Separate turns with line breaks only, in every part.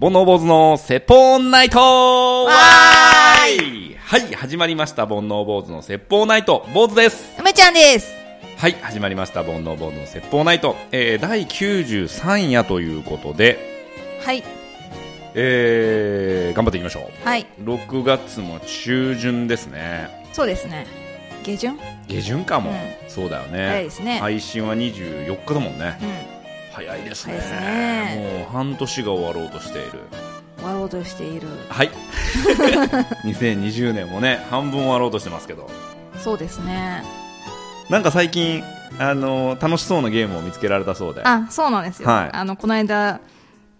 煩悩坊主の説法ナイトわ
ー
いはい、始まりました。煩悩坊主の説法ナイト、坊主です。
梅ちゃんです。
はい、始まりました。煩悩坊主の説法ナイト。えー、第93夜ということで、
はい。
えー、頑張っていきましょ
はい。
う。6月も中旬ですね。
そうですね。下旬
下旬かも。
う
そうだよね。
早いですね
配信は24日だもんね。
うん。
早いですね。
早いですね
もう半年が終わろうとしている。
終わろうとしている。
はい。2020年もね、半分終わろうとしてますけど。
そうですね。
なんか最近、あのー楽しそうなゲームを見つけられたそうで。
あ、そうなんですよ。
はい
あの、この間、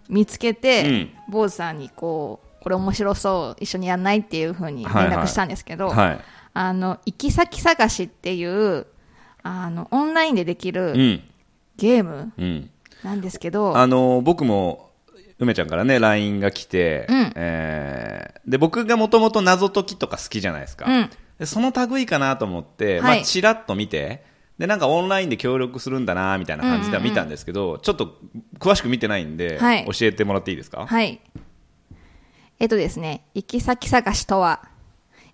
見つけ
う
て
ん、
坊主さんにこう、これ面白そう、一緒にやんないっていうふうに連
はいはい
絡したんですけど、
はい。
あの、行き先探しっていう、あの、オンラインででき
う
る
ん。
ゲーム
うん。
なんですけど、
あのー僕も、梅ちゃんからね、LINE が来て、
うん
えーで、僕がもともと謎解きとか好きじゃないですか。
うん
でその類かなと思って、
はい
まあ、ちらっと見て、で、なんかオンラインで協力するんだな、みたいな感じでは見たんですけど、ちょっと詳しく見てないんで、
はい
教えてもらっていいですか
はい。えっとですね、行き先探しとは、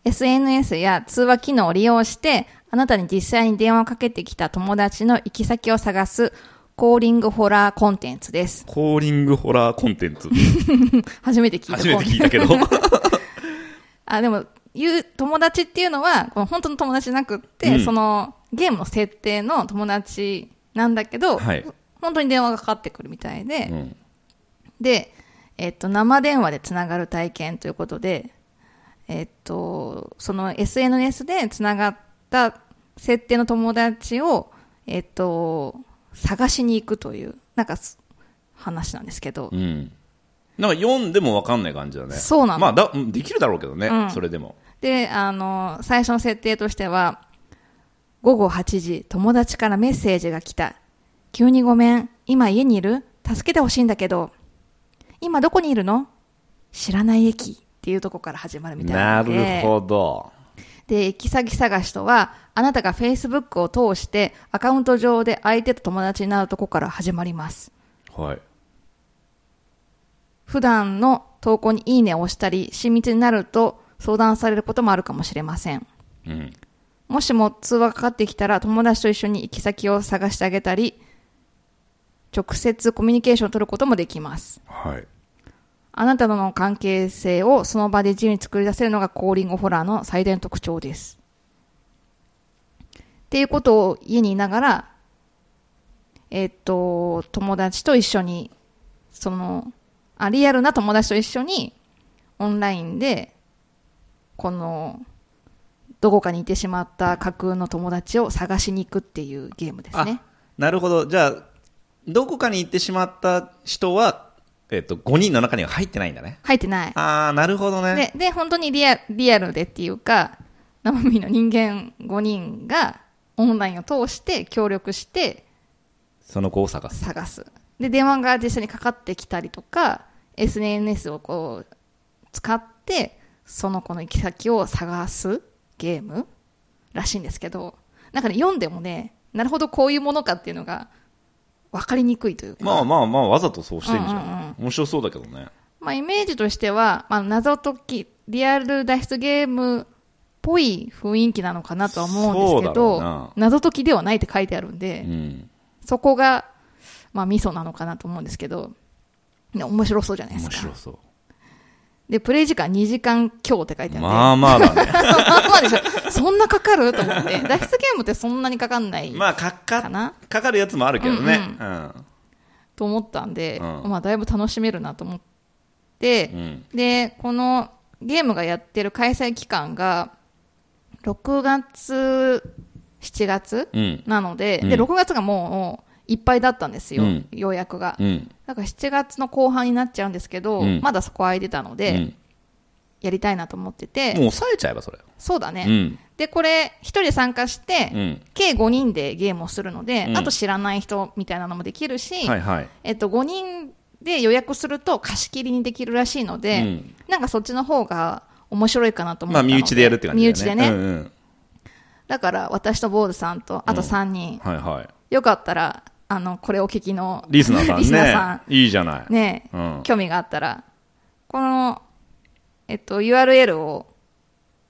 SNS や通話機能を利用して、あなたに実際に電話をかけてきた友達の行き先を探す、コーリングホラーコンテンツです。
コーリングホラーコンテンツ。
初めて聞いた
初めて聞い
コンテンツ
たけ ど。
あ、でも、言う、友達っていうのは、この本当の友達じゃなくって、
うん
その、ゲームの設定の友達なんだけど、
はい
本当に電話がかかってくるみたいで、
うん
で、えっと、生電話でつながる体験ということで、えっと、その SNS でつながった設定の友達を、えっと、探しに行くという、なんかす、話なんですけど、
うん。なんか読んでも分かんない感じだね。
そうなの
まあだ、うんできるだろうけどね、
うん
それでも。
で、あの、最初の設定としては、午後8時、友達からメッセージが来た。急にごめん、今家にいる助けてほしいんだけど、今どこにいるの知らない駅っていうとこから始まるみたいな
な
ので。
るほど。
で、行き先探しとは、あなたが Facebook を通してアカウント上で相手と友達になるとこから始まります。
はい。
普段の投稿にいいねを押したり、親密になると相談されることもあるかもしれません。
うん。
もしも通話がかかってきたら友達と一緒に行き先を探してあげたり、直接コミュニケーションを取ることもできます。
はい。
あなたとの関係性をその場で自由に作り出せるのがコーリングホラーの最大の特徴です。っていうことを家にいながら、えっと、友達と一緒に、その、あリアルな友達と一緒に、オンラインで、この、どこかにいてしまった架空の友達を探しに行くっていうゲームですね
あ。、なるほど。じゃあ、どこかに行ってしまった人は、えっ、と、5人の中には入ってないんだね。
入ってない。
あー、なるほどね。
でで本当にリアリアルでっていうか生身の人間5人がオンラインを通して協力して
その子を探す。
探すで電話が実際にかかってきたりとか SNS をこう使ってその子の行き先を探すゲームらしいんですけどなんかね読んでもねなるほどこういうものかっていうのが分かりにくいというか
まあまあまあ、わざとそうしてんじゃん。
うんうん
面白そうだけどね。
まあ、イメージとしては、まあ、謎解きリアル脱出ゲームっぽい雰囲気なのかなとは思うんですけ
そうだろうな
ど謎解きではないって書いてあるんで、
うん。
そこが、まあ、ミソなのかなと思うんですけどね面白そうじゃないです
面
か
白そ。
でプレイ時間2時間強って書いうてあって、
まあまあだね。
まあまあでしょそんなかかると思って脱出ゲームってそんなにかかんない
まあ、か
か
か、
な
かかるやつもあるけどね。
と思ったんで、
うん
まあ、だいぶ楽しめるなと思って、
うん。うん。
でこのゲームがやってる開催期間が6月7月
うん。
なので,、
う
で
ん
6月がもういっぱいだったんですよ、
うん
予約が
うん。
だから7月の後半になっちゃうんですけど、
うん
まだそこ空いてたので、
うん
やりたいなと思って
も
て
う抑えちゃえば、それ。
そうだね、
うん。
でこれ1人で参加して、
うん。
計5人でゲームをするので、
うん
あと知らない人みたいなのもできるし、
はいはい。
えっと、5人で予約すると貸し切りにできるらしいので、
うん
なんかそっちの方が面白いかなと思っ
まあ、
たので、
身内でやるって感じだ
身
よね。
内でね、
うんうん。
だから私とボールさんとあと3人、
はいはい。
よかったらあのこれをお聞きの
リスナーさんね。
リスナーさ
いいじゃない。
んね、
うん
興味があったらこの、えっと、URL を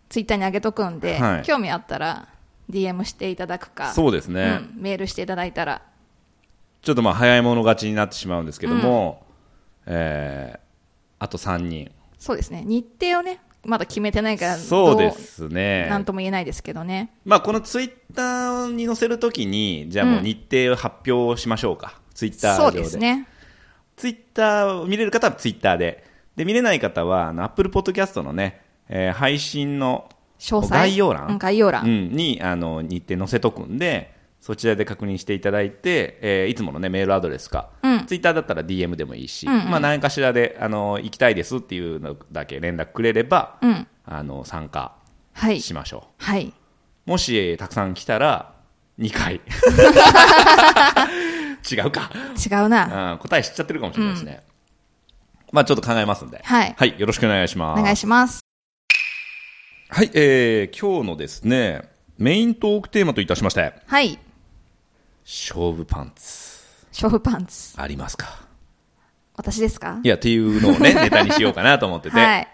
ツイッターに上げとくんで、
はい
興味あったら DM していただくか、
そうですね、
うんメールしていただいたら、
ちょっとまあ早い者勝ちになってしまうんですけども、えーあと3人
そうですね、日程をね、まだ決めてないから、
そうで
ど
す
う
ね
なんとも言えないですけどね。
まあ、このツイッターに載せるときにじゃあもう日程を発表しましょうか、ツイッター
そ
上
う
で
ですね。
ツイッターを見れる方はツイッターでで見れない方はあの Apple Podcast のね、えー配信の
詳細。
概要欄
うん概要欄。
うん、にあの日程載せとくんでそちらで確認していただいて、えーいつもの、ね、メールアドレスか、
うん
ツイッターだったら DM でもいいし、
うんうん
まあ、何かしらであの行きたいですっていうのだけ連絡くれれば、
うん
あの参加
はい。
しましょう、
はい。
もしたくさん来たら2回違うか、
違うな。
うん、答え知っちゃってるかもしれないですね、まあちょっと考えますんで、
はい。
はい、よろしくお願いします
お願いします。
はい、えー今日のですねメイントークテーマといたしまして
はい。
勝負パンツ
勝負パンツ。
ありますか
私ですか
いやっていうのを ねネタにしようかなと思ってて、
はい。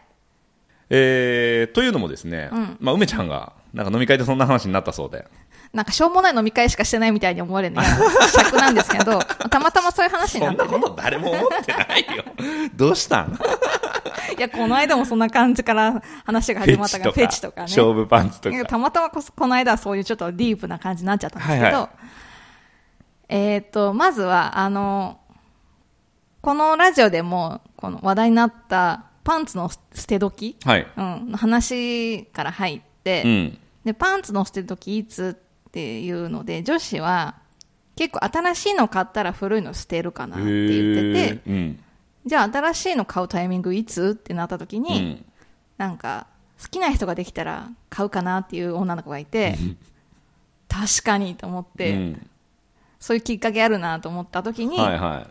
えーというのもですね、まあ、梅ちゃんがなんか飲み会でそんな話になったそうで
なんかしょうもない飲み会しかしてないみたいに思 われるの嫌な尺なんですけど、たまたまそういう話に
そ
なっ
ん
て
な
ね
こ。と誰も思ってないよ どうしたん
いや、この間もそんな感じから話が始まったから、フェチとかね。
勝負パンツと
なんか
か
たまたまここの間はそういうちょっとディープな感じになっちゃったんですけど、
はいは
えっ、と、まずは、あの、このラジオでも、この話題になったパンツの捨て時、
はい、
うん、の話から入って、
うん、
で、パンツの捨て時いつっていうので、女子は結構新しいの買ったら古いの捨てるかなって言ってて、
へーうん
じゃあ新しいの買うタイミングいつってなった時
う
に、
ん
なんか好きな人ができたら買うかなっていう女の子がいて確かにと思って、
うん
そういうきっかけあるなと思った時に、
はいは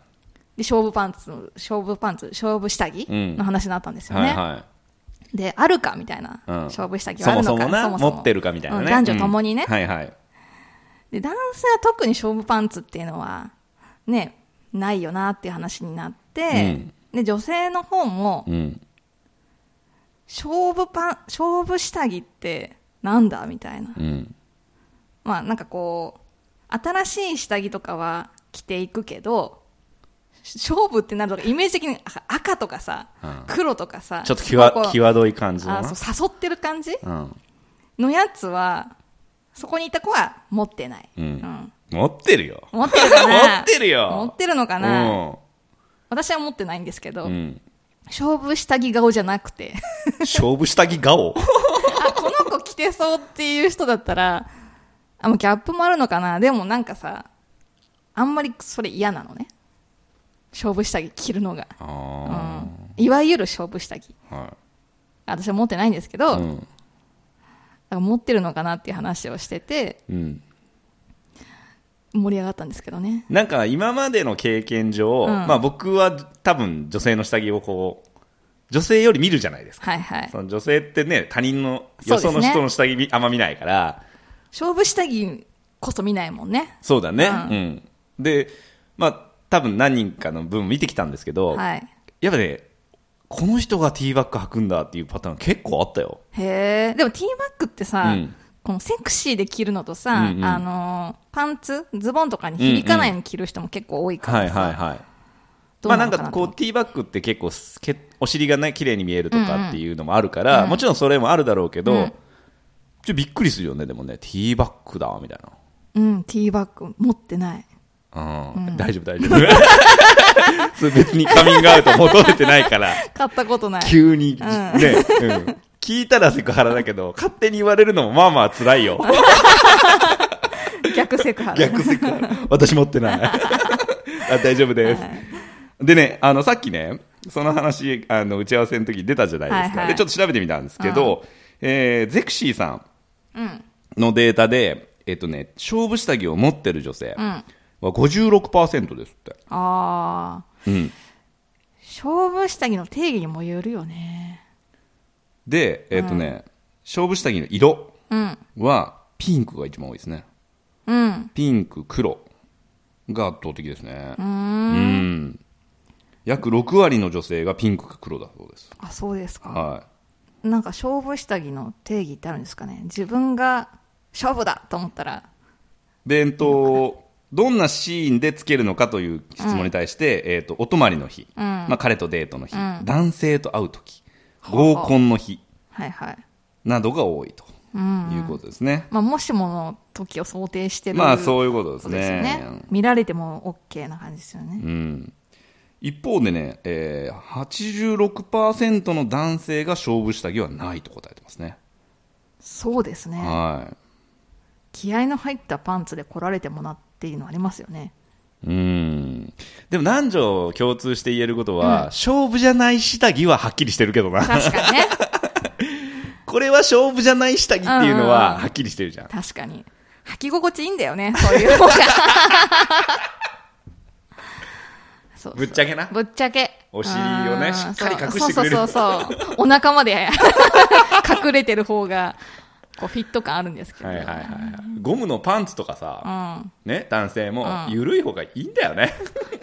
で勝負パンツ勝負パンツ勝負下着
うん
の話になったんです
い、
よね、
はいはい
であるかみたいな、
うん
勝負下着は
そ
あ
も
るの
そ
か
もな持ってるかみたいなね、
うん男女ともにね、
うんはいはい
で男性は特に勝負パンツっていうのはねないよなっていう話になって、で女性の方も
うん
勝負パン勝負下着ってなんだみたいな
うん
まあなんかこう、新しい下着とかは着ていくけど、勝負ってなるとイメージ的にあ赤とかさ、
うん
黒とかさ、
ちょっと
すごい
際
こう
際どい感じのな
あそう誘ってる感じ
うん
のやつは、そこにいた子は持ってない。
うん
ん
持ってるよ
持ってるかな
持ってるよ
持ってるのかな、私は持ってないんですけど、
うんうん
勝負下着顔じゃなくて、
勝負下着顔
あ、この子着てそうっていう人だったら、あ、もうギャップもあるのかな。でもなんかさ、あんまりそれ嫌なのね。勝負下着着るのが。
あ
いわゆる勝負下着。
ーは
私は持ってないんですけ
い
ど、だ
うん
から持ってるのかなっていう話をしてて、
うん
盛り上がったんですけどね。
なんか今までの経験上、
うん
まあ、僕は多分女性の下着をこう女性より見るじゃないですか
はいはい。
その女性ってね他人のよ
そうです
そ
ね
の人の下着みあんま見ないから
勝負下着こそ見ないもんね。
そうだね、
う
うんでまあ多分何人かの分見てきたんですけど、
はい。
やっぱねこの人がティーバッグ履くんだっていうパターン結構あったよ
へえ。でもティーバッグってさ、
うん
このセクシーで着るのとさ、
うんうん
あのーパンツ、ズボンとかに響かないように着る人も結構多いか
は
ら
い
さ、
はいはい
ど
まあ
な
なん
のな
かこうティーバッグって結構すけお尻がね綺麗に見えると
うんうん
かっていうのもあるから、もちろんそれもあるだろうけど、
うん
ちょっとびっくりするよねでもねティーバッグだみたい
うん、ティーバッグ持ってない。
な、うん大丈夫大丈夫 それ別にカミングアウト求めてないから
買ったことない。
急に、ね、うん聞いたらセクハラだけど勝手に言われるのもまあまあ辛いよ
逆セクハラ。
逆セクハラ私持ってない あ大丈夫です、でねあのさっきねその話あの打ち合わせの時に出たじゃないですか、
はいはい
でちょっと調べてみたんですけど、えーゼクシーさんのデータで、えっとね、勝負下着を持ってる女性は56%ですって、
ああ。
うん
勝負下着の定義にもよるよね。
で、えっとね勝負下着の色
うん。
はピンクが一番多いですね
うん。
ピンク黒が圧倒的ですねうん約6割の女性がピンクか黒だそうです。
あそうですか
は
なんか勝負下着の定義ってあるんですかね自分が勝負だと思ったら
い。で、えっと、どんなシーンでつけるのかという質問に対して、えっと、お泊まりの日、まあ、彼とデートの日、男性と会う時、合コンの日
はいはい、
などが多いということですね。
まあ、もしもの時を想定してる
まあ、そういうことです
そうですよ
ね。
ね見られても OK な感じですよね、
うん。一方でね、えー、86%の男性が勝負下着はないと答えてますね。
そうですね、
はい。
気合の入ったパンツで来られてもなっていうのありますよね
うんでも男女共通して言えることは、勝負じゃない下着ははっきりしてるけどな。
確かにね
これは勝負じゃない下着っていうの
うんうん
ははっきりしてるじゃん。
確かに履き心地いいんだよねそういう 方がそうそう
ぶっちゃけな。
ぶっちゃけ
お尻をね
うん
しっかり隠してくれる
そうそうそうそうお腹まで 隠れてる方がこうフィット感あるんですけど、
はいはいはいはい。ゴムのパンツとかさ、
うん、
ね、男性も
うん
緩い方がいいんだよね。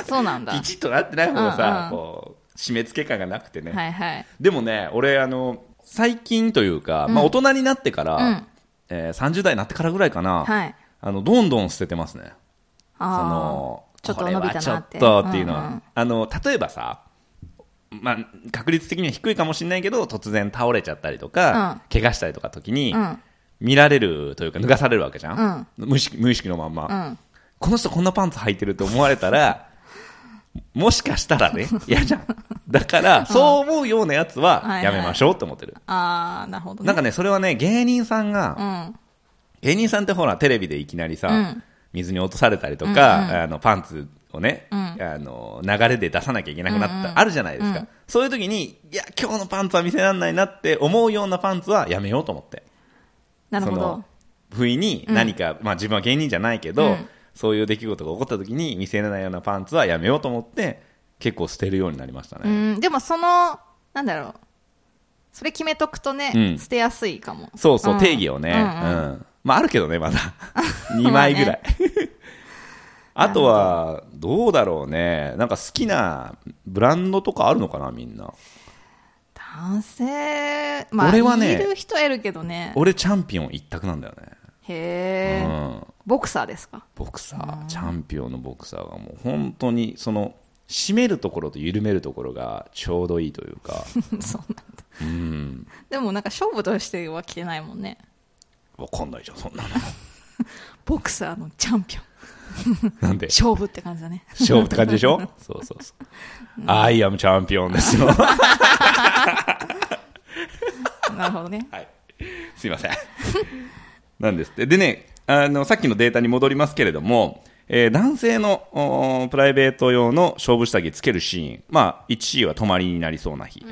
そうなんだ
ピチッとなってない方がさ、
うんう
こう、締め付け感がなくてね。
はいはい
でもね、俺、あの、最近というか、まあ大人になってから、
うん
えー30代になってからぐらいかな、
はい
あの、どんどん捨ててますね。
あ
そ
ー
の
ちょっと
これは
伸びたなって
ちょっとっていうのは、
うんうん
あの例えばさ、まあ、確率的には低いかもしれないけど突然倒れちゃったりとか、怪我したりとか時に、
うん
見られるというか脱がされるわけじゃん、無意識無意識のまんま、
うん
この人こんなパンツ履いてると思われたら もしかしたら ね嫌じゃんだからそう思うようなやつはやめましょうと思ってる、
ああなるほどね
なんかねそれはね芸人さんが、
うん
芸人さんってほらテレビでいきなりさ、
うん
水に落とされたりとか、あのパンツをね、あの流れで出さなきゃいけなくなった、あるじゃないですか、そういう時にいや今日のパンツは見せられないなって思うようなパンツはやめようと思って
なるほ
そ
ど
の不意に何か、まあ、自分は芸人じゃないけど、
うん
そういう出来事が起こった時に見せられないようなパンツはやめようと思って結構捨てるようになりました
う
ね、
んでもそのなんだろうそれ決めとくとね、
うん
捨てやすいかも
そうそう、
ん
定義をね、
う
うん
うん
んまああるけどねまだ2枚ぐらいあとはどうだろうねなんか好きなブランドとかあるのかなみんな
男性まあ
俺はね
いる人はいるけどね
俺チャンピオン一択なんだよね、
へえ、
うん、
ボクサーですか
ボクサーチャンピオンのボクサーがもう本当にその締めるところと緩めるところがちょうどいいというか
そうなんだ
うん
でもなんか勝負としては着てないもんね
わかんないじゃんそんなの
ボクサーのチャンピオン
なんで
勝負って感じだね
勝負って感じでしょそうそうそう「アイアムチャンピオン」ですよは
なるほどね
いすいませんなんですってでねあのさっきのデータに戻りますけれども、えー男性のおープライベート用の勝負下着つけるシーン、まあ、1位は泊まりになりそうな日、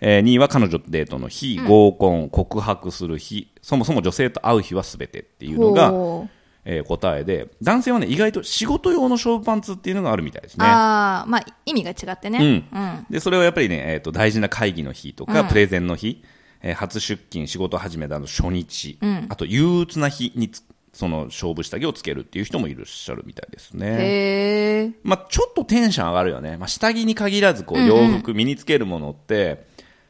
え2位は彼女とデートの日、合コン告白する日そもそも女性と会う日は全てっていうのが、
ほう
えー答えで男性はね意外と仕事用の勝負パンツっていうのがあるみたいですね
ああまあ意味が違ってねうん、
でそれはやっぱりね、えー、と大事な会議の日とか、プレゼンの日、えー初出勤仕事始めたの初日、あと憂鬱な日につその勝負下着をつけるっていう人もいらっしゃるみたいですね、
へえ
まあ、ちょっとテンション上がるよね、まあ、下着に限らずこう洋服身につけるものって、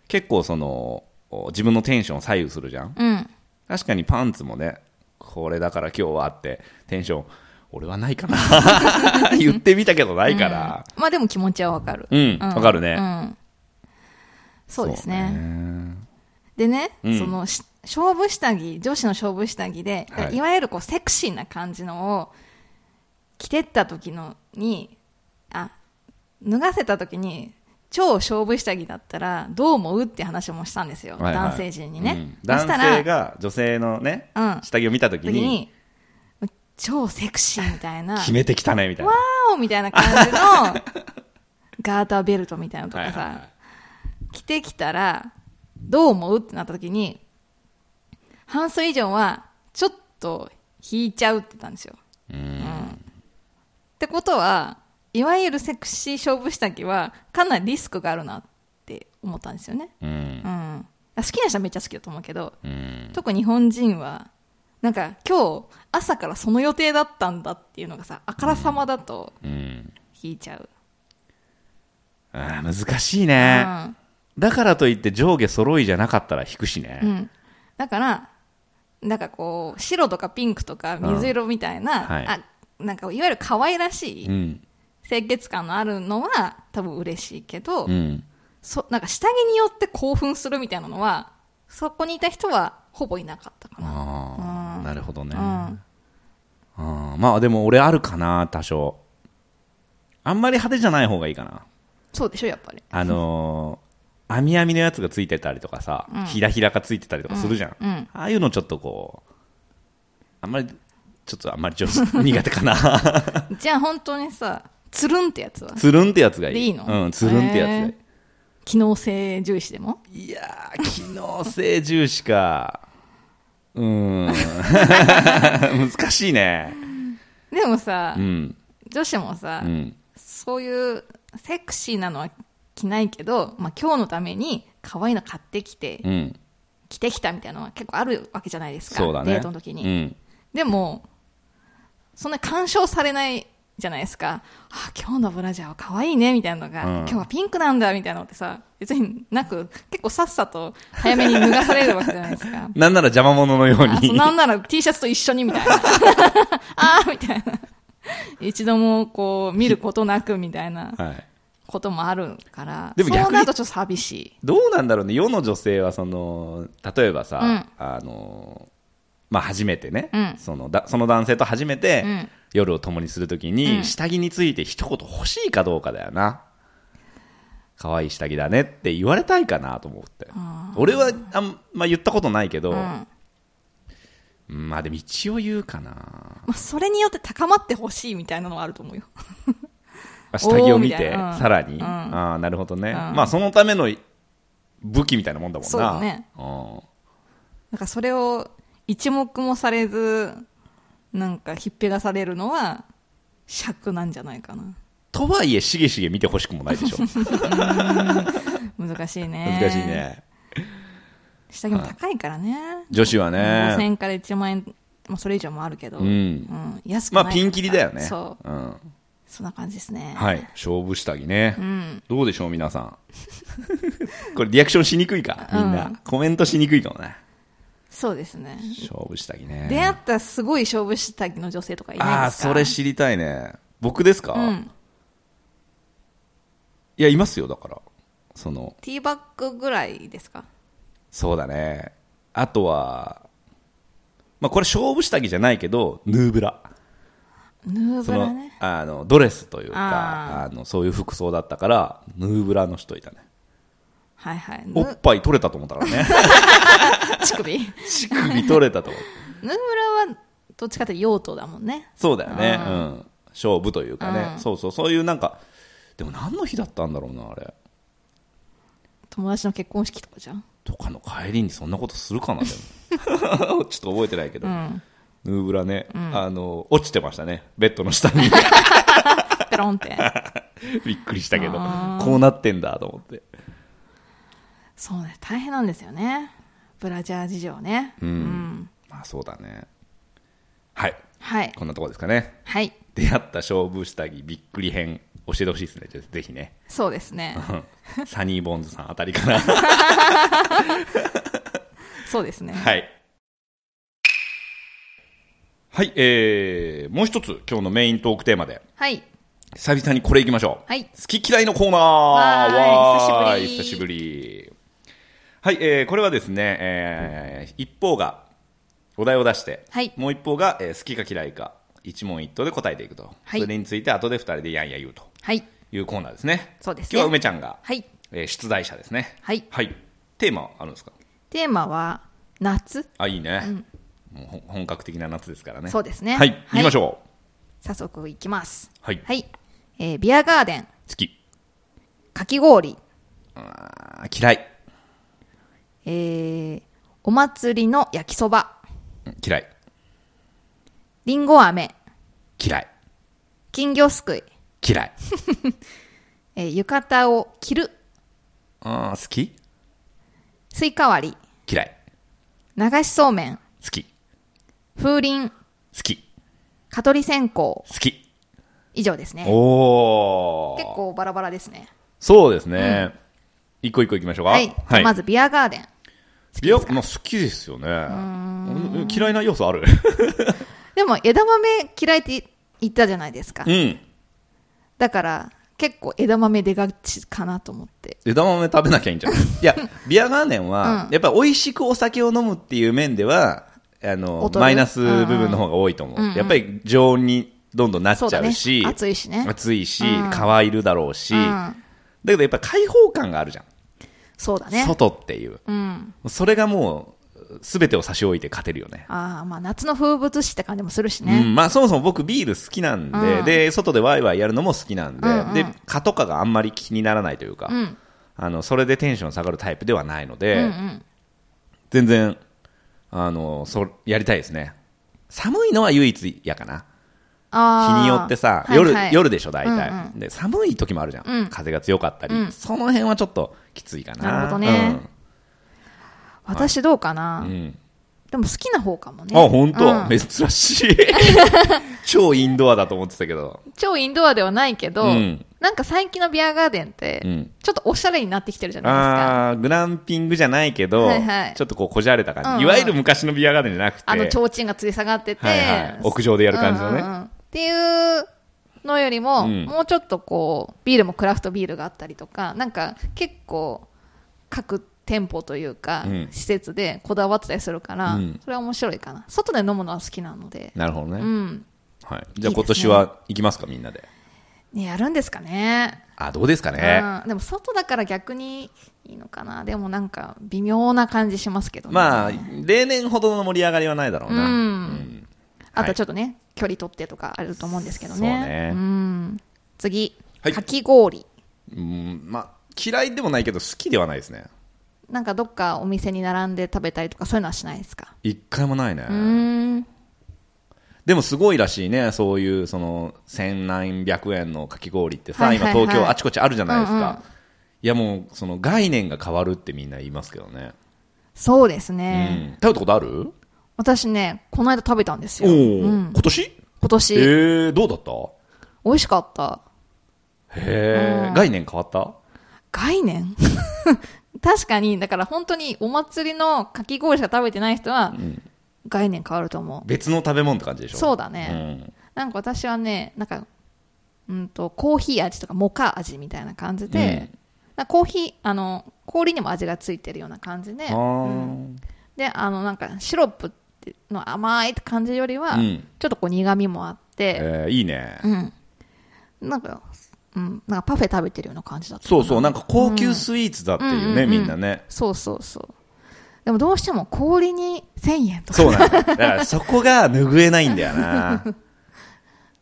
結構そのお自分のテンションを左右するじゃん
うん
確かにパンツもねこれだから今日はってテンション俺はないかな 言ってみたけどないから
まあでも気持ちはわかる
うんわ、かるね、
うんそうですね
そうね
でね、
うん
そのし勝負下着女子の勝負下着で、
はい
い、わゆるこうセクシーな感じのを着てった時のにあ脱がせた時に超勝負下着だったらどう思うって話もしたんですよ、
はいはい
男性陣にね、
うん
そ
男
した
性
ら
が女性のね、
うん
下着を見たとき
時
に、
に超セクシーみたい な
決めてきたね、みたいな。
ワーオみたいな感じの ガーターベルトみたいなのとかさ、
はいはいはい
着てきたらどう思うってなった時に半数以上はちょっと引いちゃうって言ったんですよ。ってことはいわゆるセクシー勝負下着はかなりリスクがあるなって思ったんですよね。
うん
う。ん、好きな人はめっちゃ好きだと思うけど
うん。
特に日本人はなんか今日朝からその予定だったんだっていうのがさあからさまだと
うん。
引いちゃう。
あー難しいね、だからといって上下揃いじゃなかったら引くしね、
うんうん、だからなんかこう白とかピンクとか水色みたいな、
うんはい
あなんかいわゆる可愛らし
う
い
ん
清潔感のあるのは多分嬉しいけど、
うん
そなんか下着によって興奮するみたいなのはそこにいた人はほぼいなかったかな
ああなるほどね、
うん
ああまあでも俺あるかな多少あんまり派手じゃない方がいいかな
そうでしょやっぱり
あのー、網網のやつがついてたりとかさ、ひらひらがついてたりとかするじゃん、
うんうん
ああいうのちょっとこうあんまりちょっとあんまり上手苦手かな
じゃあ本当にさつるんってやつは
つるんってやつがいい
でいいの
うん、つるんってやつがいい、
へ機能性重視でも
いやー機能性重視かうーん 難しいね
でもさ、
うん
女子もさ、
うん
そういうセクシーなのは着ないけど、まあ、今日のために可愛いの買ってきて、
うん
着てきたみたいなのは結構あるわけじゃないですか
そうだね
デートの時に、
うん
でもそんな干渉されないじゃないですかあ今日のブラジャーは可愛いねみたいなのが、
うん
今日はピンクなんだみたいなのってさ別になく結構さっさと早めに脱がされるわけじゃないで すか
なんなら邪魔者のよう
あそ
に
うなんなら T シャツと一緒にみたいな ああみたいな一度もこう見ることなくみたいな
はい、
こともあるから
でも逆に
そうなるとちょっと寂しい
どうなんだろうね世の女性はその例えばさ、
うん
あのまあ、初めてね、
うん
そのだその男性と初めて
うん
夜を共にするとき
う
に
ん
下着について一言欲しいかどうかだよな可愛い下着だねって言われたいかなと思って俺はあんま言ったことないけど、
うん
うんまあでも一応言うかな
まあ、それによって高まってほしいみたいなのはあると思うよ
下着を見
おーみた
て
いなうん
さらに、
うん
ああなるほどね、
ん
まあそのための武器みたいなもんだもんな
そうだね
うん
なんかそれを一目もされずなんかひっぺがされるのは尺なんじゃないかな
とはいえしげしげ見てほしくもない でしょ
難しいね
難しいね
下着も高いからね
女子は
5000
ね
円から1万円、まあ、それ以上もあるけど、
う
うん
ん
安くな
ま
い
あピンキリだよね、
そう
ん、
うそんな感じですね
はい勝負下着ね、
うん
どうでしょう皆さん これリアクションしにくいかみんな、
うん
コメントしにくいかもね
そうですね
勝負下着
出会
ね
ったすごい勝負下着の女性とかい
あ
ない
あ
で
ー
すか
それ知りたいね僕ですか、
うん
いやいますよだからその
ティーバッグぐらいですか
そうだねあとはまあこれ勝負下着じゃないけどヌーブラ
ヌー
そ
ブラ
の
ね
あのドレスというか
あ
あのそういう服装だったからヌーブラの人いたね
はいはい
お
ぬ
っぱい取れたと思ったからね
乳首ヌー
乳首取れたと思って
ブラはどっちかって用途だもんね
そうだよね、うん、勝負というかね、
うん
そうそうそういうなんかでも何の日だったんだろうなあれ
友達の結婚式とかじゃん
とかの帰りにそんなことするかなでも ちょっと覚えてないけど、
うん
ヌーブラね、あの落ちてましたねベッドの下に
ペロンって
びっくりしたけどこうなってんだと思って
そうね大変なんですよねブラジャー事情ねうん、
まあそうだねはい
はい
こんなとこですかね
はい
出会った勝負下着びっくり編教えてほしいですねぜぜひね
そうですね
うんサニーボンズさんあたりから は
そうですね
いはいえー、もう一つ今日のメイントークテーマで
はい
久々にこれいきましょう、
はい
好き嫌いのコーナー
ーい
わーい久
久
し
し
ぶ
ぶ
りはい、えー、これはですね、えー、一方がお題を出して、
はい
もう一方が、えー好きか嫌いか一問一答で答えていくと、
はい
それについて後で二人でやんや言うと
はい
いうコーナーですね
そうです
今
ね
日は梅ちゃんが、
はい
えー出題者ですね
はい
はいテーマあるんですか
テーマは夏
あいいね、もうほん本格的な夏ですからね
そうですね
はい
はい
行きましょ
早速いきます
うはい、
はい、えービアガーデン
好き
かき氷
あー嫌い
えーお祭りの焼きそば
うん嫌い
りんご飴
嫌い
金魚すくい、
嫌 い
えー浴衣を着る
あー好き
スイカ割り
嫌い
流しそうめん
好き
風鈴
好き
蚊取り線香
好き
以上ですね
おお
結構バラバラですね
そうですね。一個一個いきましょうか。
はい、まずビアガーデン
いや、まあ、好きですよね。うん嫌いな要素 ある。
でも枝豆嫌いって言ったじゃないですか
うん。
だから結構枝豆出がちかなと思って
枝豆食べなきゃいいんじ ゃないいや、ビアガーデンは、
う
やっぱ美味しくお酒を飲むっていう面では、あの、
劣る
マイナス部分の方が多いと思う。やっぱり常温にどんどんなっ
そう
ちゃ
だね
うし、
暑いしね
暑いし、
うん
皮いるだろうし、
うん
だけどやっぱ開放感があるじゃん。
そうだね
外っていう。
うん
それがもう、すべてを差し置いて勝てるよね。
ああまあ夏の風物詩って感じもするし
う
ね、
ん、まあそもそも僕ビール好きなんで、
うん
で、外でワイワイやるのも好きなんで、
うんうん
で、蚊とかがあんまり気にならないというか、
うん
あの、それでテンション下がるタイプではないの
うん
で、
うん
全然、あの、そ、やりたいですね。寒いのは唯一やかな。
ああ
日によってさ、
はい
夜、
はい
夜でしょ、大体、
うん
で、寒い時もあるじゃん。
うん
風が強かったり、
うん
その辺はちょっときついかな。
なるほどね私どうかな、
うん。うん
でも好きな方かもね
あ、本当、
うん
珍し い。超インドアだと思ってたけど。
超インドアではないけど、
うん
なんか最近のビアガーデンって、
うん。
ちょっとおしゃれになってきてるじゃない
あーグランピングじゃないけど、
はいはい
ちょっとこうこじゃれた感じ、
うんうん
いわゆる昔のビアガーデンじゃなくて
ですかあの提灯が吊り下がってて、
はいはい、屋上でやる感じのね、
うんうんうんっていうのよりも、
うん
もうちょっとこうビールもクラフトビールがあったりとかなんか結構各店舗というか、
うん
施設でこだわってたりするから、
うん
それは面白いかな外で飲むのは好きなので、
なるほどね、
うん、
はい、じゃあ今年は行きますかみんなで
ねやるんですかね、
あどうですかね、
うん、でも外だから逆にいいのかなでもなんか微妙な感じしますけどね
まあ例年ほどの盛り上がりはないだろうな、
うん
うん
あとちょっとね、距離取ってとかあると思うんですけどね。
そうね
うん。次、
はい
かき氷。
うんまあ嫌いでもないけど好きではないですね
なんかどっかお店に並んで食べたりとかそういうのはしないですか
一回もないね、
うーん。
でもすごいらしいねそういうその千何百円のかき氷ってさ、
はいはいはい
今東京あちこちあるじゃないですか、
うんうん
いやもうその概念が変わるってみんな言いますけどね、
そうです
う
ね。
ん、食べたことある
私ね、この間食べたんです
お
よ。
お、
うん、
今年
今
え
年、
ー、どうだった
美味しかった。
へえ、概念変わった
概念 確かに、だから本当にお祭りのかき氷しか食べてない人は、概念変わると思
別の食べ物って感じで
う。
しょ
そう
う
だね。
ね、
なんか私はね、なんか、うんと、コーヒー味とかモカ味みたいな感じで、なんかコーヒー、あの、氷にも味がついてるような感じで、
うん、あ
で、あの、なんかシロップっての甘いって感じよりは、
あ、うん
ちょっとこう苦味もあって、
えーいいね、
うん。なんか、うん、なんかパフェ食べてるような感じだったか
そ
な。
うそうなんか高級スイーツだっていうね、
うん
みんな ね
そうそうそう。でもどうしても氷に1000円とか、
そうなんだよだからそこが拭えないんだ よな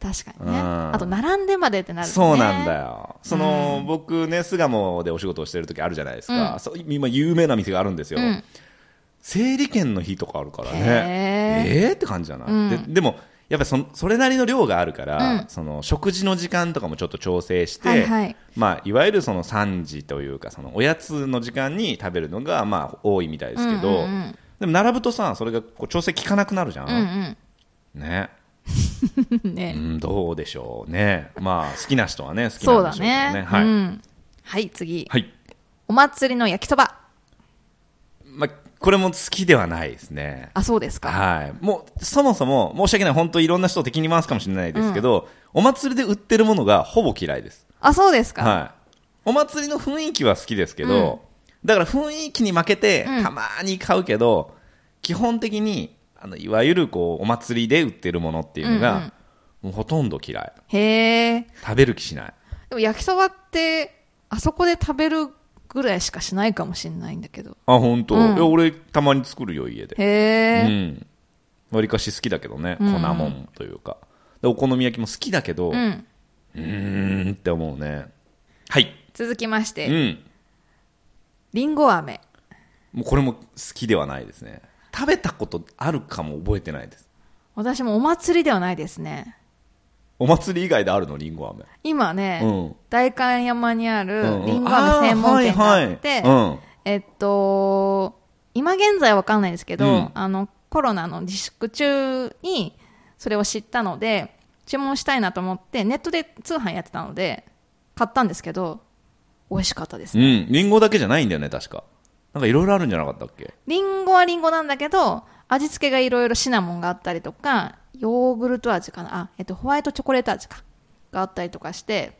確かにね。
うん
あと、並んでまでってなるとね。
そうなんだよその、僕ね巣鴨でお仕事をしてる時あるじゃないですか、
うん
そう今有名な店があるんですよ、
うん
整理券の日とかあるからね
へ
えーって感じだな、
うん
ででもやっぱりそのそれなりの量があるから、
うん
その食事の時間とかもちょっと調整して、
はいはい。
まあ、いわゆるその3時というかそのおやつの時間に食べるのがまあ多いみたいですけど、
うんうんうん
でも並ぶとさそれがこう調整効かなくなるじゃ
うん
ん、
うん。
ねう
ね。
ん、どうでしょうね、まあ、好きな人はね好き
そ
な
うん
で
だ
しょうけどね
ね。
はい
うんはい、次。
はい
お祭りの焼きそば。
まあ、これも好きではないですね
あ、そうですか。
はい、もうそもそも申し訳ない本当いろんな人を敵に回すかもしれないですけど、お祭りで売ってるものがほぼ嫌いです
あ、そうですか。
はい、お祭りの雰囲気は好きですけど、だから雰囲気に負けて
うん
たまに買うけど、基本的にあのいわゆるこうお祭りで売ってるものっていうのが、
うんうん
もうほとんど嫌い
へえ。
食べる気しない
でも焼きそばって、あそこで食べるぐらいしかしないかもしれないんだけど。
あ本当、
うん
いや俺たまに作るよ家で
へ
う
え。
んわりかし好きだけどね粉
うんうん
もんというか、でお好み焼きも好きだけど、う
う
ー
ん。
んって思うねはい
続きまし
う
て、
ん
りんご飴。
もうこれも好きではないですね食べたことあるかも覚えてないです
私もお祭りではないですね。
お祭り以外であるのりんご飴
今
う
ね
ん、
代官山にある
うんうん
りんご飴専門店があって
ーはい、はいうん
えっと、今現在はわかんないですけど、
うん
あの、コロナの自粛中に、それを知ったので、注文したいなと思って、ネットで通販やってたので、買ったんですけど、美味しかったです
う
ね。
ん。リンゴだけじゃないんだよね、確か。なんかいろいろあるんじゃなかったっけ
リンゴはリンゴなんだけど、味付けがいろいろシナモンがあったりとか、ヨーグルト味かな。あ、えっと、ホワイトチョコレート味か。があったりとかして、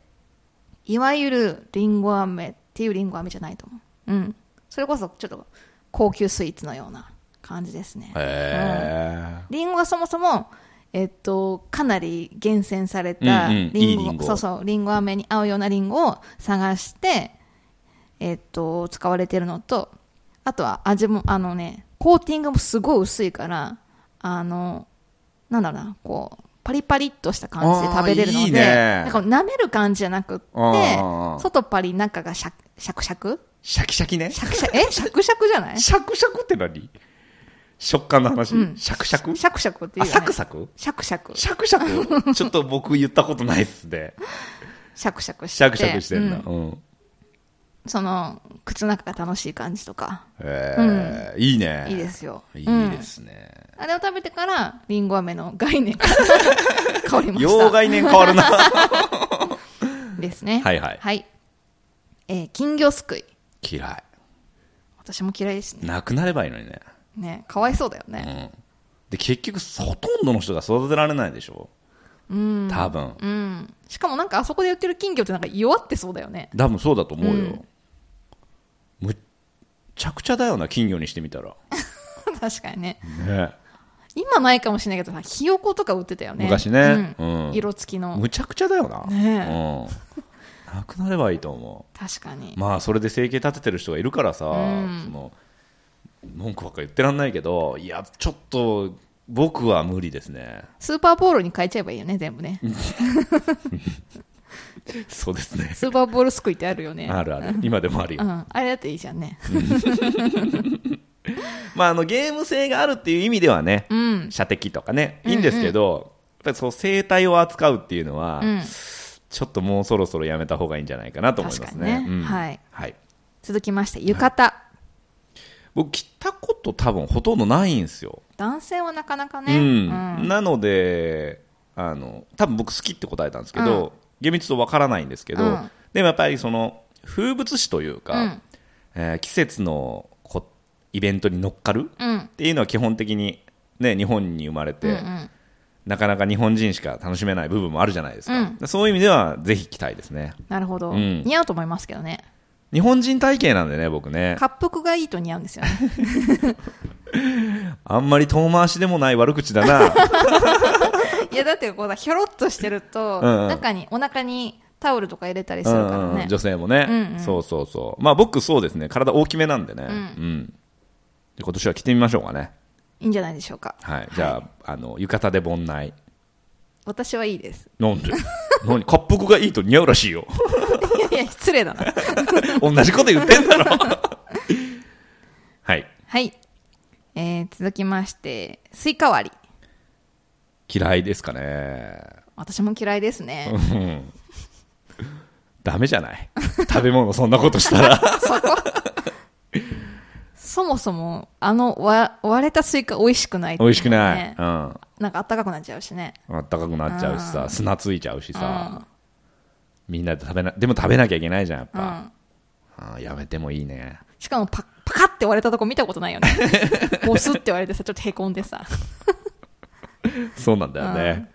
いわゆるリンゴ飴っていうリンゴ飴じゃないと思う。うん。それこそちょっと高級スイーツのような感じですね。
へ
リンゴはそもそも、えっと、かなり厳選された
うんうん
リンゴ、
いいリンゴ
そうそう、リンゴ飴に合うようなリンゴを探して、えっと、使われてるのと、あとは味も、あのね、コーティングもすごい薄いから、あの、なんだろうな、こう、パリパリっとした感じで食べれる
あ
ので、
ーいいね
なんか舐める感じじゃなくって
あーあー、
外パリ、中がシャシャクシャク
シャキシャキね。
シャクシャク、えシャクシャクじゃないシ
シャクシャクって何食感の話、
うん
シャクシャク
ャクシャクっていう
あ、
よね。
サクサク
シャクシャク。
シャクシャ クちょっと僕言ったことないっすね。
シャクシャクして。
シャクシャクしてんだ。
う
うん。
その、口の中が楽しい感じとか、
へえ、いいね。
いいですよ。
いい
うん
ですね。
あれを食べてから、リンゴ飴の概念が変わりま
よう
した。
概念変わるな。
ですね。
はいはい
はい。えー金魚すくい。
嫌い。
私も嫌いですね。
なくなればいいのにね。
ね、かわいそうだよね。
うん。で、結局、ほとんどの人が育てられないでしょ。うん。多分。
うん。しかもなんかあそこで売ってる金魚ってなんか弱ってそうだよね。
多分そうだと思うよ。むっちゃくちゃだよな、金魚にしてみたら。
確かにね。
ね
今ないかもしれないけどさ、ひよことか売ってたよね。
昔ね
うん
うん
色付きの。
むちゃくちゃだよな。
ね
うん。なくなればいいと思
確かに
う。。まあ、それで生計立ててる人がいるからさ、
ん
その、文句ばっか言ってらんないけど、いや、ちょっと、僕は無理です ね。
スーパーボールに変えちゃえばいいよね、全 部ね。
そうですね。
スーパーボールすくいってあるよね。
あるある。今でもあるよ
う。ん。あれだっていいじゃんね。
まあ、あの、ゲーム性があるっていう意味ではね、
うん。
射的とかね、いいんですけど、やっぱりそう、生態を扱うっていうのは、
うん。
ちょっともうそろそろやめた方がいいんじゃないかなと思いますね。
確かにね
うん
はい
はい。
続きまして、浴衣。
僕、着たこと多分ほとんどないんですよ。
男性はなかなかね。
う
うん
ん。なので、あの、多分僕好きって答えたんですけど、
うん
厳密とわからないんですけど、
うん
でもやっぱりその、風物詩というか、
うん
えー季節のこイベントに乗っかる
うん。
っていうのは基本的に、ね、日本に生まれて、
うんうん
なかなか日本人しか楽しめない部分もあるじゃないですか、
う
そういう意味ではぜひ着たいですね
なるほど、
うん
似合うと思いますけどね。
日本人体型なんでね僕ね
滑覆がいいと似合うんです よね。
あんまり遠回しでもない悪口だ な
いや、だってこうさ、ひょろっとしてると、
うんうん
中に、お腹にタオルとか入れたりす
う
る
ん
か
う
ら
んうん
ね。
女性もね、
うんうん
そうそうそうまあ僕そうですね体大きめなんでねうん、で今年は着てみましょうかね
いいんじゃないでしょうか。
はい、じゃああの浴衣で盆内
私はいいです。
なんで 何滑覆がいいと似合うらしいよ
いやいや、失礼だな。
同じこと言ってんだろはい
はい。えー、続きまして、スイカ割り。
嫌いですかね
私も嫌いですね。
うんダメじゃない食べ物そんなことした ら
そこ。そもそも、あのわ割れたスイカ美味しくないって
美
うね
味しくない、うん、あ
なんかあったかくなっちゃうしね。
ったかくなっちゃうしさ、砂ついちゃうし
う
さ、みんなで食べなでも食べなきゃいけないじゃんやっ
う
ぱ、
ん。
あーやめてもいいね
しかもパパカって割れたとこ見たことな いよね。ボスって言われてさ、ちょっとへこんでさ。
そうなんだよね、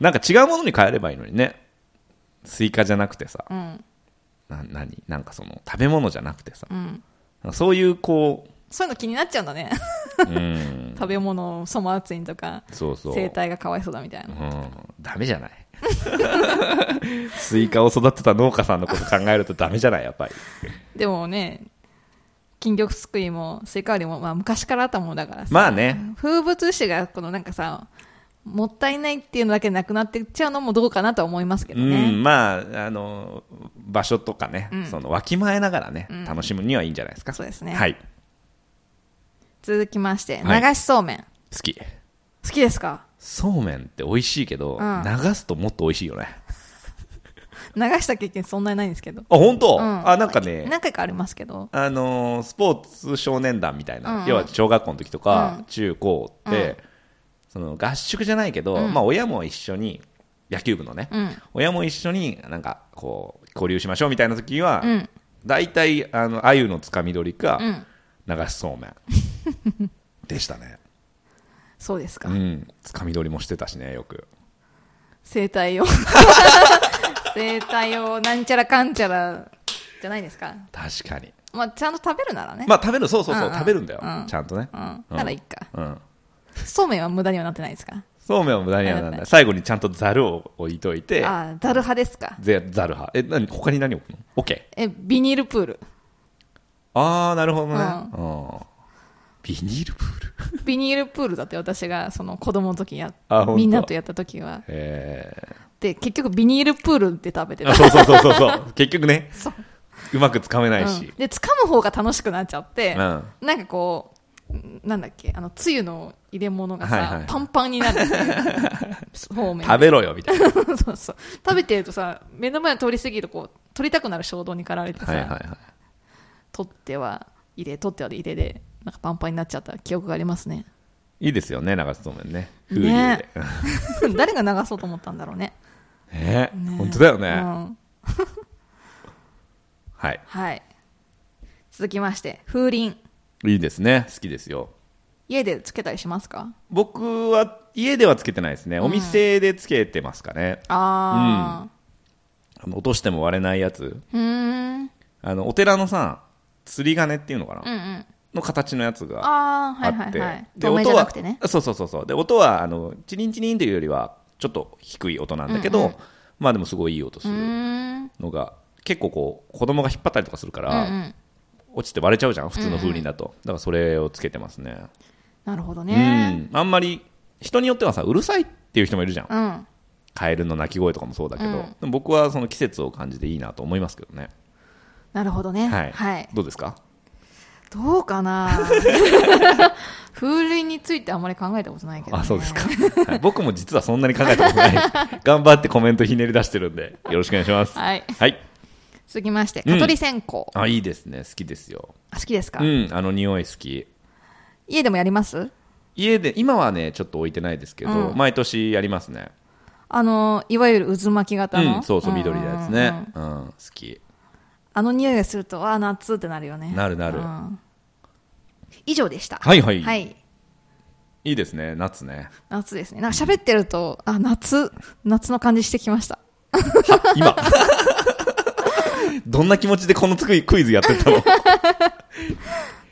なんか違うものに変えればいいのにねスイカじゃなくてさ
うん。
な何なんかその食べ物じゃなくてさ
うん。
そういうこ
そういうの気になっちゃうんだね。
う、うん、
食べ物を粗末にとか、
そうそう
生態がかわいそうだみたい
う
な。
ん、ダメじゃない スイカを育てた農家さんのこと考えるとダメじゃないやっぱり
でもね、金魚すくいもスイカ割りも、まあ昔からあったものだからさ。
まあね
風物詩が、このなんかさ、もったいないっていうのだけでなくなってっちゃうのもどうかなとは思いますけど
う
ね。
んまああの場所とかね、そのわきまえながらね、楽しむにはいいんじゃないですか
そうですね
はい
続きまして、
はい
流しそうめん。
好き
好きですか
そうめんって美味しいけど、
うん
流すともっと美味しいよね
流した経験そんなにないんですけど。
あ本当、
うん
あなんかね
何回かありますけど。
あのースポーツ少年団みたいな、
うんうん
要は小学校の時とか、
うん
中高って、その合宿じゃないけど、まあ、親も一緒に野球部のね、
うん
親も一緒になんかこう交流しましょうみたいな時は、
うん
大体あの鮎のつかみ取りか、
うん
流しそうめん でしたね
そうですか、
うんつかみ取りもしてたしねよく
生態を生態をなんちゃらかんちゃらじゃないですか
確かに
まあちゃんと食べるならね、
まあ食べるそうそうそう、
うんうん
食べるんだよ、
うん
ちゃんとね、
うんならいいか
うん、
そうめんは無駄にはなってないですか
そうめんは無駄にはなん
あな
だ
ん
最後にちゃんとざるを置いといて
ああざる派ですか
ぜざる派え何他に何置くの OK
えビニールプール
ああなるほどね、うんビニールプール
ビニールプールだって私がその子供の時や
あ本当
みんなとやった時は
え
で結局ビニールプールで食べて
ー、あ
た
そうそうそうそうそう 結局ね
そう
うまくつかめない
うん
し、
で掴む方が楽しくなっちゃって、
うん
なんかこうなんだっけあのつゆの入れ物がさ、
はいはい
パンパンになるって いう方面
食べろよみたいな
そうそう食べてるとさ目の前を通り過ぎるとこう取りたくなる衝動に駆られて
は
さ、
いはいはい
取っては入れ取っては入れでなんかパンパンになっちゃった記憶がありますね
いいですよね流しそうめんね風流で
ね誰が流そうと思ったんだろうね
ね
ね
本当だよね、
うん
はい
はい続きまして風鈴
いいですね好きですよ
家でつけたりしますか
僕は家ではつけてないですね、お店でつけてますかね
あ
あの落としても割れないやつ
あうんうん
あのお寺のさ釣り鐘っていうのかな、
うん
の形のやつがあ
ああ
って
はいはいはい
で
透明じ
音
ゃ
は
なくてね
そうそうそうそうで音はあのチリンチリンというよりはちょっと低い音なんだけど、まあでもすごいいい音す
うー
る
ん
のが結構こう子供が引っ張ったりとかするか
うんう
ら、
ん
落ちて割れちゃうじゃん普通の風鈴だと、だからそれをつけてますね
なるほどね
うんあんまり人によってはさうるさいっていう人もいるじゃん
うん
カエルの鳴き声とかもそうだけど、
うん
でも僕はその季節を感じていいなと思いますけどね
なるほどね
はい、
はい
どうですか
どう かな風鈴についてあんまり考えたことないけど、ね、
あそうですか、はい僕も実はそんなに考えたことない頑張ってコメントひねり出してるんでよろしくお願いします
はい
はい
続きまして
うん
蚊取り線香、
あいいですね好きですよ
あ好きですか、
うんあの匂い好き
家でもやります
家で今はねちょっと置いてないですけど、
うん
毎年やりますね
あのいわゆる渦巻き型の、
うんそうそう緑のやつ
うんうんうん
ねうん、好き
あの匂いがするとあー夏ってなるよね
なるなる
ん以上でした
はいはい
はい
いいですね夏ね
夏ですねなんか喋ってるとあ夏夏の感じしてきました
今 どんな気持ちでこのつくクイズやってた の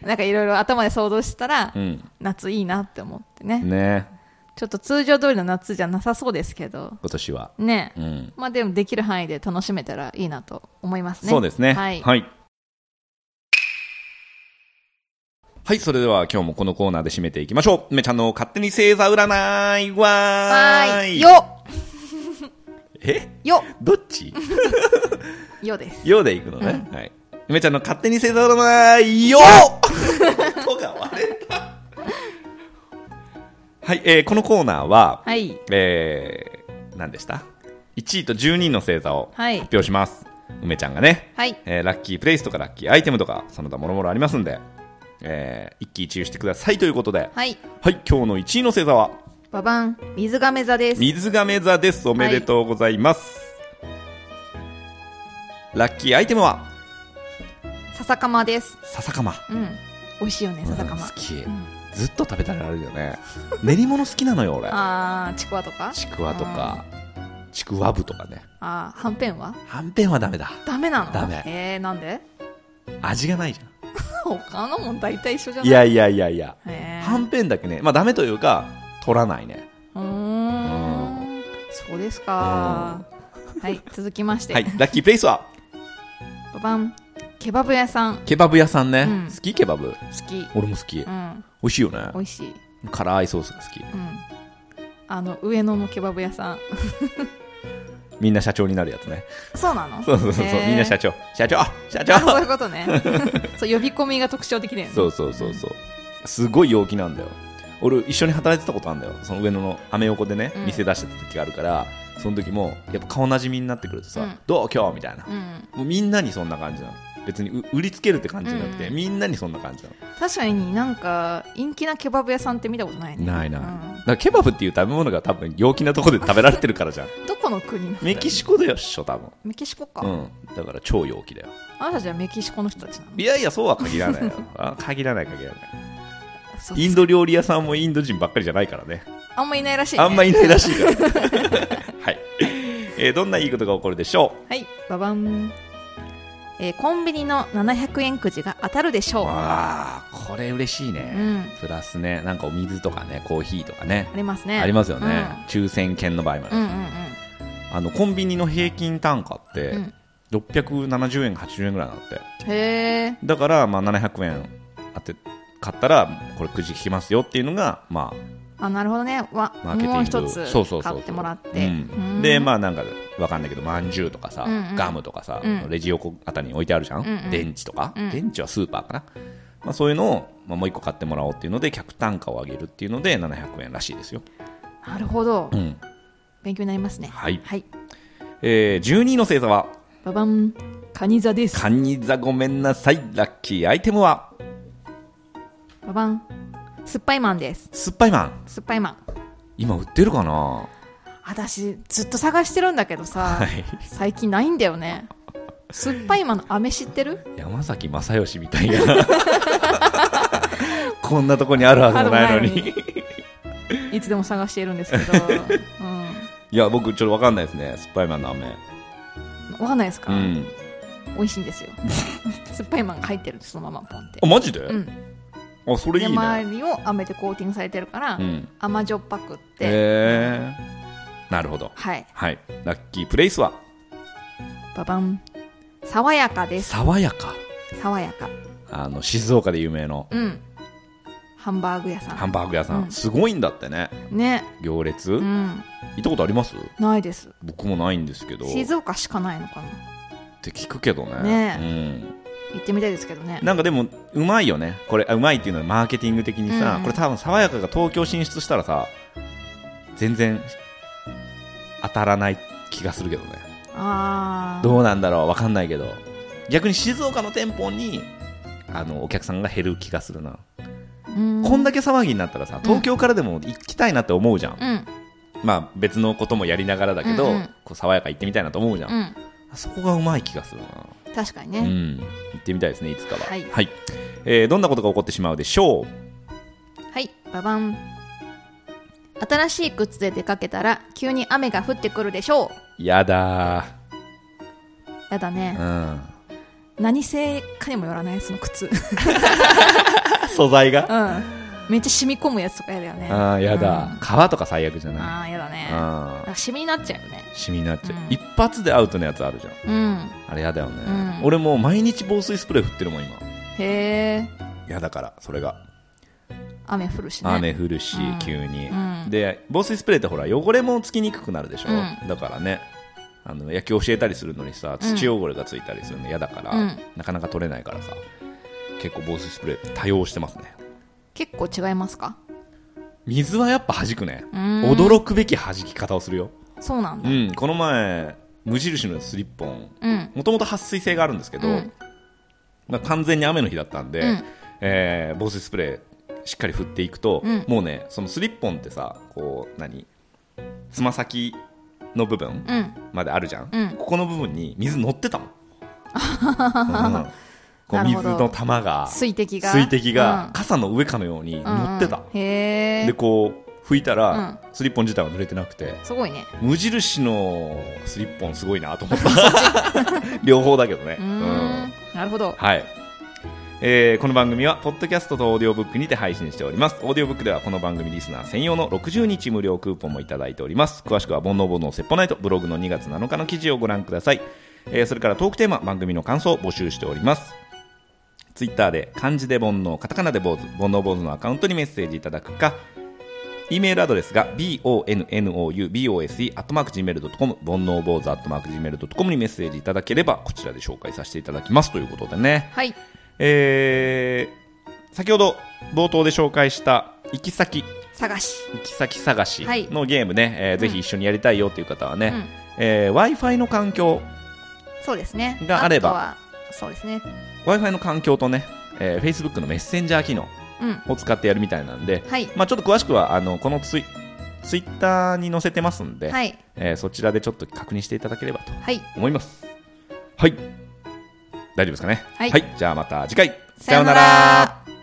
なんかいろいろ頭で想像したら、
うん
夏いいなって思ってね
ね
ちょっと通常通りの夏じゃなさそうですけど
今年は
ね、
うん
まあでもできる範囲で楽しめたらいいなと思いますね
そうですね。
はい、
はい。はいそれでは今日もこのコーナーで締めていきましょう。梅ちゃんの勝手に星座占いわ
は
ー
ー
い。
いよ
え
よ
どっ ち
よです
よでいくのね。はい。梅ちゃんの勝手に星座占い よ音が割れた。はい、えーこのコーナーは、
はい
えー、何でした ?1 位と12位の星座を
はい
発表します。梅ちゃんがね、
はい
えーラッキープレイスとかラッキーアイテムとかその他もろもろありますんで、えー一喜一憂してくださいということで、はい、
はい
今日の1位の星座は
ババン水亀座です
水亀座ですおめでとうございます、ラッキーアイテムは
笹かまです
笹かま
うん美味しいよね笹かま、
うん好き、
ん
ずっと食べたらあるよね 練り物好きなのよ俺
あーちくわとか
ちくわとかちくわぶとかね
うんあーはんぺんは
はんぺんはダメだ
ダメなの
ダメ
えー、なんで
味がないじ
他のもん大体一緒じ
ゃ
ゃ
ん
ない
いやいやいやいや
へー
はんぺんだけねまあダメというか取らないね
うーんそうですかはい続きまして、
はいラッキープレイスは
ババンケバブ屋さん好
ケバブ屋さんね、
うん
好きケバブ
き
俺も好き、
う
美
ん
味しいよ
美
ね
味しい
辛いソースが好き
うんあの上野のケバブ屋さん
みんな社長になるやつね
そうなの
そうそうそうそう、みんな社
長
長社長社
あそう
長
いうこと ねそう呼び込みが特徴的だよね
そうそうそうそうすごい陽気なんだよ俺一緒に働いてたことあるんだよその上野のアメ横でね店出してた時があるから、その時もやっぱ顔なじみになってくるとさ「
うん
どう今日」みたいな、
うん、
もうみんなにそんな感じなの別にう売りつけるって感じじゃなくて、
うん
みんなにそんな感じなの
確かになんか陰気なケバブ屋さんって見たことないね
ないない、だからケバブっていう食べ物が多分陽気なところで食べられてるからじゃん
うんどこの国なんだよ
メキシコだよっしょ多分
メキシコか、
うんだから超陽気だよ
あなたじゃメキシコの人たちなの
いやいやそうは限らないよあ限らない限らない
そう
インド料理屋さんもインド人ばっかりじゃないからね
あんまいないらしい、ね、
あんまいないらしいから はい、えーどんないいことが起こるでしょ
はいババン、えーコンビニの700円くじが当たるでし
う
ょうあ
わあこれ嬉しいね、
うん
プラスねなんかお水とかねコーヒーとかね
りますね
ありますよね、
うん
抽選券の場合もあり
うん
ま
う
す
ん
あのコンビニの平均単価って、
うん
670円80円ぐらいなんだって
うんへえ
だからまあ700円当て買ったらこれくじ引きますよっていうのがまあ
あなるほどねわ
マーケテ
もう
ィン
一
グ
つ
そうそうそう
買ってもらって、
うんでま
あ
あなんかわかんないけどまんじゅうとかさ、
うんうん
ガムとかさ、
うん
レジ横あたりに置いてあるじゃん、
うんうん
電池とか、
うん
電池はスーパーかな、まあ、そういうのを、まあ、もう一個買ってもらおうっていうので客単価を上げるっていうので700円らしいですよ、
なるほど、
うん
勉強になりますね
はい
はい
えー、12位の星座は
ババンカニ座です
カニ座ごめんなさいラッキーアイテムは
ババン酸っぱいマンです
酸っぱいマン
酸っぱいマン
今売ってるかな
私ずっと探してるんだけどさ、
はい
最近ないんだよね酸っぱいマンの飴知ってる
山崎正義みたいな こんなとこにあるはずもないの
あるも
に
ないいつでも探しているんですけど、 うん、
いや僕ちょっとわかんないですね酸っぱいマンの飴
わかんないですか、
うん
美味しいんですよ 酸っぱいマンが入ってるそのままポンって
あマジで、
うん、
あそれい
で
いね
周りを飴でコーティングされてるから、
うん
甘じょっぱくって、
へえなるほど
はい
はいラッキープレイスは
ババン爽やかです
爽やか
爽やか
あの静岡で有名の
うんハンバーグ屋さ
ハンバーグ屋さん、
うん
すごいんだってね
んね
行列、
う
行
ん
ったことあります
ないです
僕もないんですけどっ
静岡しかないのかな
て聞くけどね
ね
うん
行ってみたいですけどね
なんかでもうまいよねこれあうまいっていうのはマーケティング的にさ、
うん
これ多分爽やかが東京進出したらさ全然当たらない気がするけどね
ああ
どうなんだろうわかんないけど逆に静岡の店舗にあのお客さんが減る気がするな、こんだけ騒ぎになったらさ東京からでも行きたいなって思うじゃん、
うん
まあ別のこともやりながらだけど、
うんうん
こう爽やか行ってみたいなと思うじゃん、
うん
そこがうまい気がするな
確かに
う
ね、
ん、行ってみたいですねいつかは
はい
えーどんなことが起こってしまうでしょう
はいババン新しい靴で出かけたら急に雨が降ってくるでしょ
やだ
うやだね、
ー、
何製かにもよらないその靴うん
うん、素材が
めっちゃ染み込むやつとかやだよね
あーや
うん
だ皮とか最悪じゃない
ああやだねなん
あ
か染みになっちゃうよね
ー染みになっちゃう、
うん
一発でアウトのやつあるじゃん
うん
あれやだよね、
うん
俺もう毎日防水スプレー振ってるもん今
へえ
やだからそれが
雨降るしね
雨降るし、
うん
急に、
うん
で防水スプレーってほら汚れもつきにくくなるでしょ、
うん
だからねあの野球教えたりするのにさ土汚れがついたりするの嫌だから、
うん
なかなか取れないからさ結構防水スプレー多用してますね
結構違いますか
水はやっぱ弾くね
うーん
驚くべき弾き方をするよ、
そうなん
う
だ
ん、この前無印のスリッポン
うん
もともと撥水性があるんですけど、
うん
まあ、完全に雨の日だったんで、
うん
えー防水スプレーしっかり振っていくと、
うん
もうねそのスリッポンってさこう何つま先の部分
うん
まであるじゃん、
うん
ここの部分に水乗ってた もん、うんこう
なるほ
水
ど
の玉が
水滴が
水滴が傘の上かのように
うん
乗ってた、
うんへ
で
え
こう拭いたら、スリッポン自体は濡れてなくて
すごいね
無印のスリッポンすごいなと思った 両方だけどね、
う
う
ー
ん
んなるほど
はい、えーこの番組はポッドキャストとオーディオブックにて配信しておりますオーディオブックではこの番組リスナー専用の60日無料クーポンもいただいております詳しくは「煩悩煩悩セッポナイト」ブログの2月7日の記事をご覧ください、えーそれからトークテーマ番組の感想を募集しておりますツイッターで漢字で煩悩カタカナで坊主煩悩坊主のアカウントにメッセージいただくか E メールアドレスが bonoubose.gmail.com 煩悩坊主 .gmail.com にメッセージいただければこちらで紹介させていただきますということでね
はい
えー先ほど冒頭で紹介した行き先
探し。
行き先探し
はい
のゲームね、えーぜひ一緒にやりたいよという方はね、
うん
え w i f i の環境
そうですね。
があれば
とは。そうですね。
w i f i の環境とね、えー Facebook のメッセンジャー機能
うん。
を使ってやるみたいなんで、
はい。
まあ、ちょっと詳しくはあのこのツイツイッターに載せてますんで、
はい。
えーそちらでちょっと確認していただければと
はい。
思いますはい大丈夫ですかね
はい
じゃあまた次回
さようなら。